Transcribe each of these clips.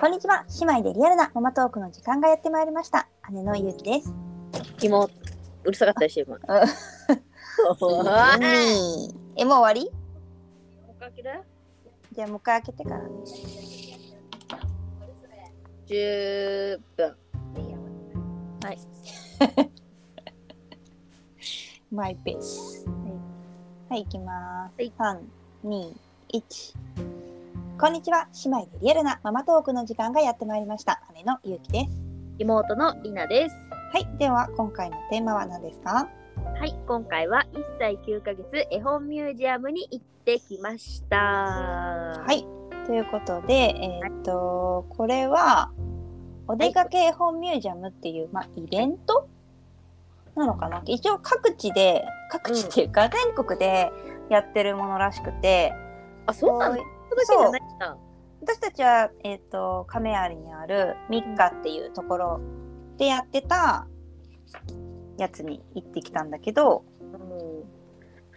こんにちは。姉妹でリアルなママトークの時間がやってまいりました。姉のゆうきです。今うるさかったよ今。おいえ、もう終わりおかけだ。じゃあもう一回開けてから。十分。マイペース。はい、行きまはーいす。三、二、一。こんにちは。姉妹でリアルなママトークの時間がやってまいりました。姉のゆうきです。妹のりなです。はい、では今回のテーマは何ですかはい、今回は一歳九ヶ月絵本ミュージアムに行ってきました。はは。い、ということで、えーっと、これは、お出かけ絵本ミュージアムっていう、まあ、イベントなのかな一応各地で、各地っていうか、全国でやってるものらしくて、あ、そうなの。そうそれだけじゃないんだ。私たちは、えーっと、亀有にあるミッカっていうところでやってたやつに行ってきたんだけど、うん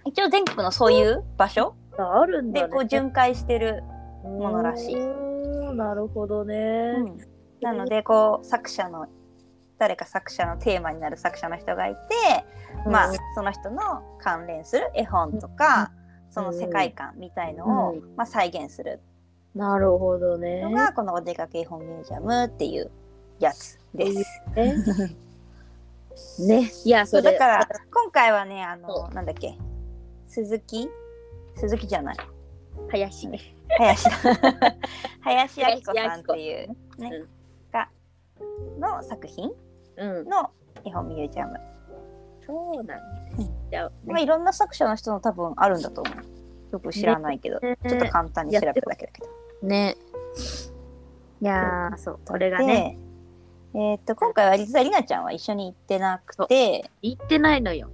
一応全国のそういう場所あるんだ、でね。こう巡回してるものらしいなるほどね。なのでこう作者の誰か作者のテーマになる作者の人がいて、まあその人の関連する絵本とか、その世界観みたいのを、うまあ、再現するなるほどねの。がこの「お出かけ絵本ミュージアム」っていうやつです。ね、いや、そそうれ。だから今回はねあそのなんだっけ鈴木鈴木じゃない林。林 田林明子さんっていうね、うんがの作品うん。の絵本ミュージアム。そうなんです。じゃあ、まあ、いろんな作者の人の多分あるんだと思う。よく知らないけど、ねちょっと簡単に調べただけだけど。ね。いやー、そう、これがね、で、えーっと今回は実はりなちゃんは一緒に行ってなくて、行ってないのよ。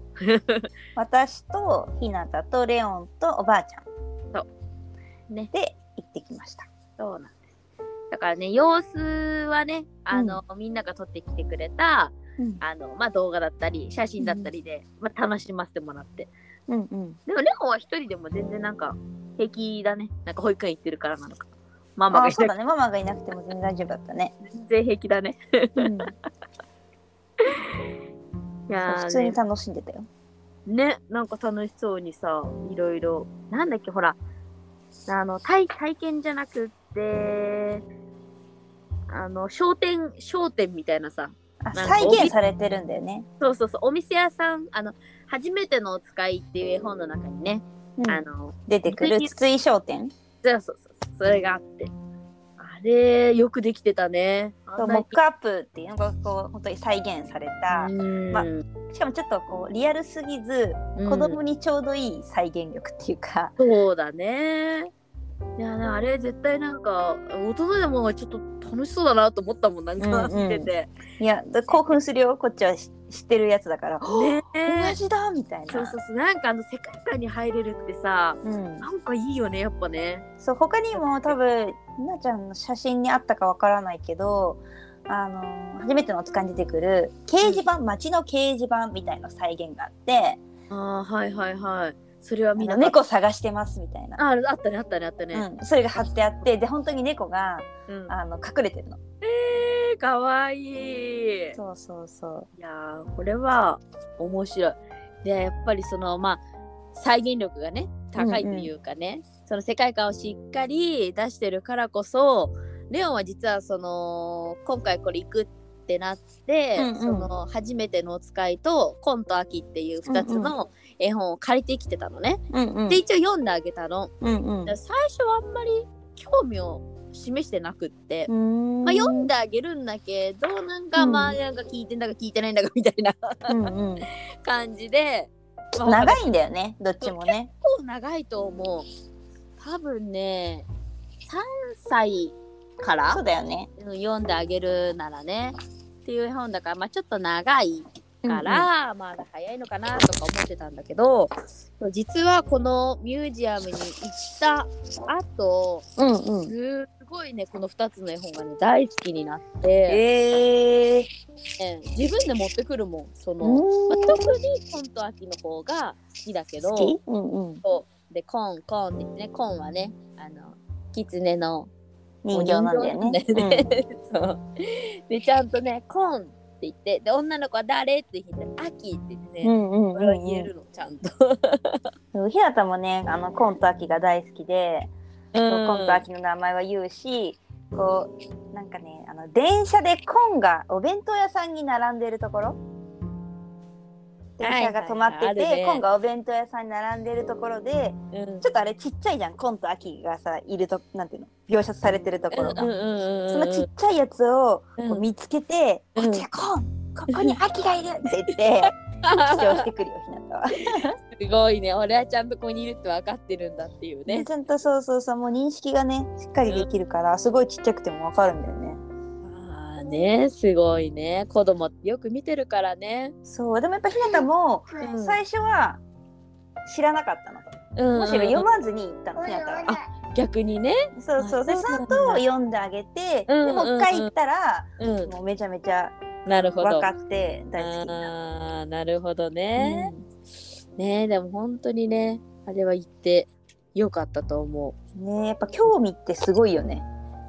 私とひなたとレオンとおばあちゃんね、で行ってきました。そうなんです。だからね、様子はね、あの、みんなが撮ってきてくれた、うんあの、まあ、動画だったり、写真だったりで、まあ、楽しませてもらって。うんうん。でも、レオンは一人でも全然なんか、平気だね。なんか、保育園行ってるからなのか。ママがあ、いそうなだね。ママがいなくても全然大丈夫だった ね。全然平気だね。うんいや普ー通ねに楽しんでたよ。ね、なんか楽しそうにさ、いろいろ、なんだっけ、ほら、あの、体、体験じゃなくって、あの、商店、商店みたいなさ、あ、なんか再現されてるんだよね。そうそうそう、お店屋さん、あの、初めてのお使いっていう絵本の中にね、うんあの、出てくる筒井商店そうそうそう、それがあって。あれ、よくできてたね。とモックアップっていうのがこう本当に再現された、まあしかもちょっとこうリアルすぎず子子供にちょうどいい再現力っていうか、そうだね。いやね、あれ絶対なんか大人でもちょっと楽しそうだなと思ったもんなんかうんうん見てて。いやだ興奮するよこっちはし知ってるやつだから、ね同じだみたいなそうそうそうなんかあの世界観に入れるってさうん、なんかいいよねやっぱね。そう他にも多分りなちゃんの写真にあったかわからないけどあのー初めてのおつかいに出てくる掲示板、街の掲示板みたいな再現があってああーはいはいはい。それは「みみんんなな猫探してます」みたいな、ああったねあったねあったね。うん、それが貼ってあってで本当に猫がうんあの隠れてるの。えー、かわいい。いそうそうそうやーこれは面白い。でやっぱりそのまあ再現力がね高いというかね、その世界観をしっかり出してるからこそレオンは実はその今回これ行くってなって、うんうんその初めてのお使いとコント秋っていう2つの絵本を借りてきてたのね。うんうんで一応読んであげたの。うんで最初はあんまり興味を示してなくって。うんまあ、読んであげるんだけどなんかうんまあなんか聞いてんだか聞いてないんだかみたいなうんうん感じで、まあ長いんだよねどっちもね。結構長いと思う多分ね3歳からそうだよね。うん読んであげるならねっていう絵本だから、まあ、ちょっと長いから、まだ早いのかなとか思ってたんだけど実はこのミュージアムに行った後うんうん、うんうん。すごいねこの2つの絵本がね大好きになって、ええね自分で持ってくるもんそー。の、まあうん特にコンと秋の方が好きだけど。好き？うんうん。そうでコーンコーンって言ってねコーンはねあのキツネの人形なんだよね。お人形なんだよねそうでちゃんとね「コン」って言ってで女の子は「誰?」って聞いたら「アキ」って言ってうね、んうんこうれはん言えうるのちゃんと。ん。ひなたもねあのコンと秋が大好きで、コうンと秋の名前は言うしこうなんかねあの電車でコンがお弁当屋さんに並んでるところ電車が止まってて、はいはいはいあるねコンがお弁当屋さんに並んでるところでうんちょっとあれちっちゃいじゃんコンと秋がさいるとなんていうの描写されてるところが。うんうんうんうんそのちっちゃいやつをうんこう見つけて、うんこっちはコーン、ここに秋がいるって言って、主張してくるよ、ひなたは。すごいね俺はちゃんとここにいるって分かってるんだっていう ねちゃんとそうそうそう、もう認識がね、しっかりできるから、すごいちっちゃくてもわかるんだよね。あーねすごいね子供ってよく見てるからね、そう、でもやっぱひなたも、うん最初は知らなかったの。うんむしろ読まずに行ったの、ひなたは。逆にね、そうそう、で、あそそうなのんだ後を読んであげて、うんでもう一回行ったら、うん、もうめちゃめちゃなるほ分どかって大好きになっあーなるほた。どね、ねでも本当にねあれは言ってよかったと思うんねやっぱ興味ってすごいよね。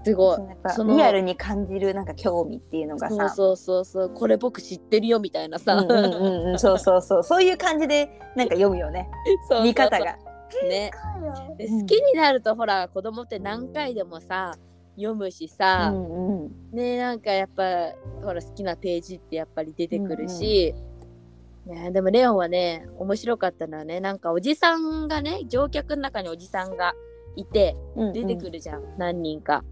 うすごいそうやっぱそのリアルに感じるなんか興味っていうのがそうさそうそうそうこれ僕知ってるよみたいなさ、うん うんうんうんそうそうそうそういう感じでなんか読むよねそうそう見方がねでうん好きになるとほら子供って何回でもさ読むしさ、うんうんねなんかやっぱほら好きなページってやっぱり出てくるし、ね、でもレオンはね面白かったのはねなんかおじさんがね乗客の中におじさんがいてうんうん出てくるじゃん、何人か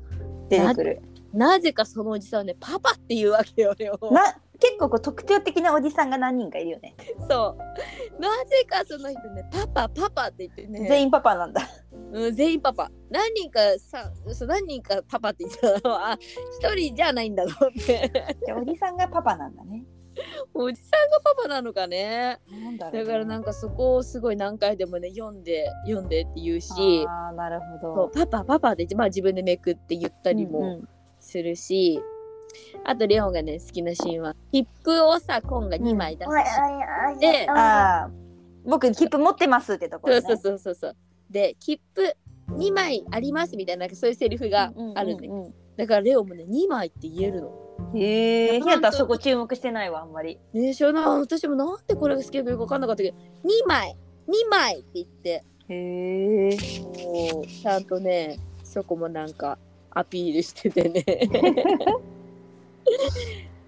出てくるなぜかそのおじさんはねパパっていうわけよレオンはな結構こう特徴的なおじさんが何人かいるよねそうなぜかその人ねパパパパって言ってね全員パパなんだ うん、全員パパ何人かさそう何人かパパって言ってたのはあ一人じゃないんだぞって じゃあおじさんがパパなんだねおじさんがパパなのかねなんだろうだからなんかかそこをすごい何回でもね読んで読んでって言うしあーなるそほうパパパパって言って、まあ、自分でめくって言ったどりもするし、あとレオンがね好きなシーンは切符をさコンが2枚出すし、でああ僕切符持ってますってところ、ね、そうそうそうそうで切符2枚ありますみたいななんかそういうセリフがあるんだけど、うんうんうんだからレオンもね2枚って言えるの。へえひなたはそこ注目してないわあんまりねえしょうな私もなんでこれが好きかよく分かんなかったけど2枚2枚って言ってへえもうちゃんとねそこもなんかアピールしてて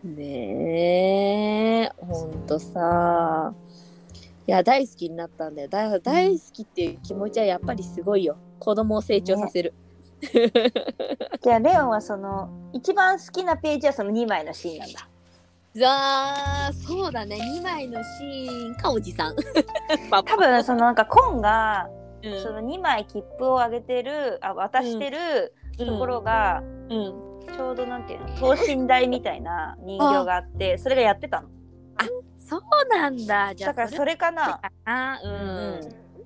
ね。ねえほんとさいや大好きになったんだよだ大好きっていう気持ちはやっぱりすごいよ子供を成長させる。じゃあレオンはその一番好きなページはその2枚のシーンなんだ。じゃあそうだね2枚のシーンかおじさん。パパ多分そのなんかコンがうんその2枚切符をあげてるあ渡してるところがうんちょうどなんていうの等身大みたいな人形があってそれがやってたの。そうなんだ。じだゃあからそれかな。かな。う。うんん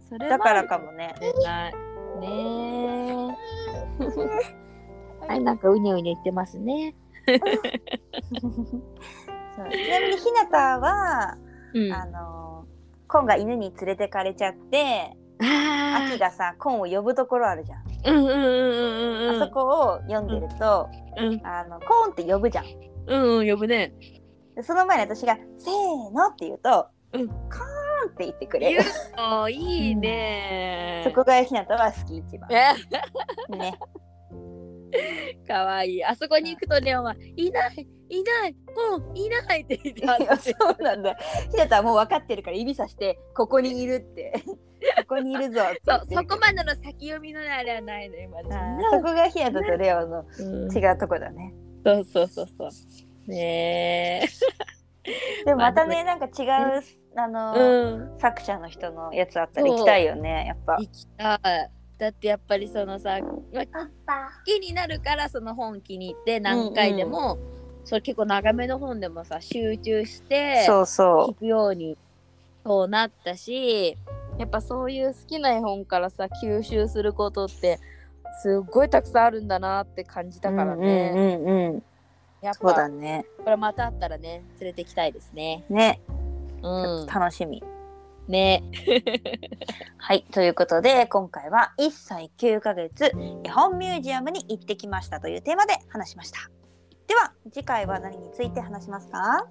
それはだからかもね。ない。ね え。はい、なんかうにゃうにゃ言ってますね。 そうちなみにひなたは、うん。ああのコンが犬に連れてかれちゃってあ秋。がさコンを呼ぶところあるじゃん。うんうんうんうんうん。あそ。こを読んでると、うんあのコンって呼ぶじゃん。うんうん呼ぶね。でその前に私が「せーの」って言うと「うんコーン」って言ってくれ言るうのいいね。そこがひなたは好き一番えね かわいい。あそこに行くとレオンはいないいないもういないって言っていや そうなんだひなたはもう分かってるから指さして「ここにいる」っ て「ここにいるぞ」ってそ言うってるそこまでの先読みのあれはないの今あーそこがひなたとレオのうん違うとこだねそうそうそうそう。ねえ。でもまたまねなんか違うあのうん。作者の人のやつあったら行きたいよねやっぱ行きたい。だってやっぱりそのさ、ま気になるからその本気に入って何回でも、それ結構長めの本でもさ集中してそうそ聞くようにそうなったし、やっぱそういう好きな絵本からさ吸収することってすっごいたくさんあるんだなって感じうたからうね。んうんうんやっそうだぱねこれまたあったらね連れてきたいですね。ねうん。楽しみねはい、ということで今回は1歳9ヶ月絵本ミュージアムに行ってきましたというテーマで話しました。では次回は何について話しますか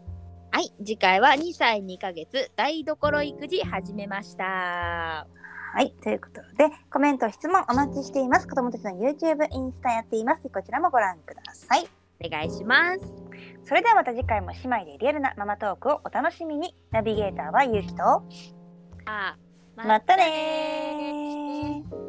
はい次回は2歳2ヶ月台所育児始めましたはい、ということでコメント質問お待ちしています。子どもたちの YouTube、インスタやっています。こちらもご覧ください。お願いしますそれではまた次回も姉妹でリアルなママトークをお楽しみに。ナビゲーターはゆうきとあまたねー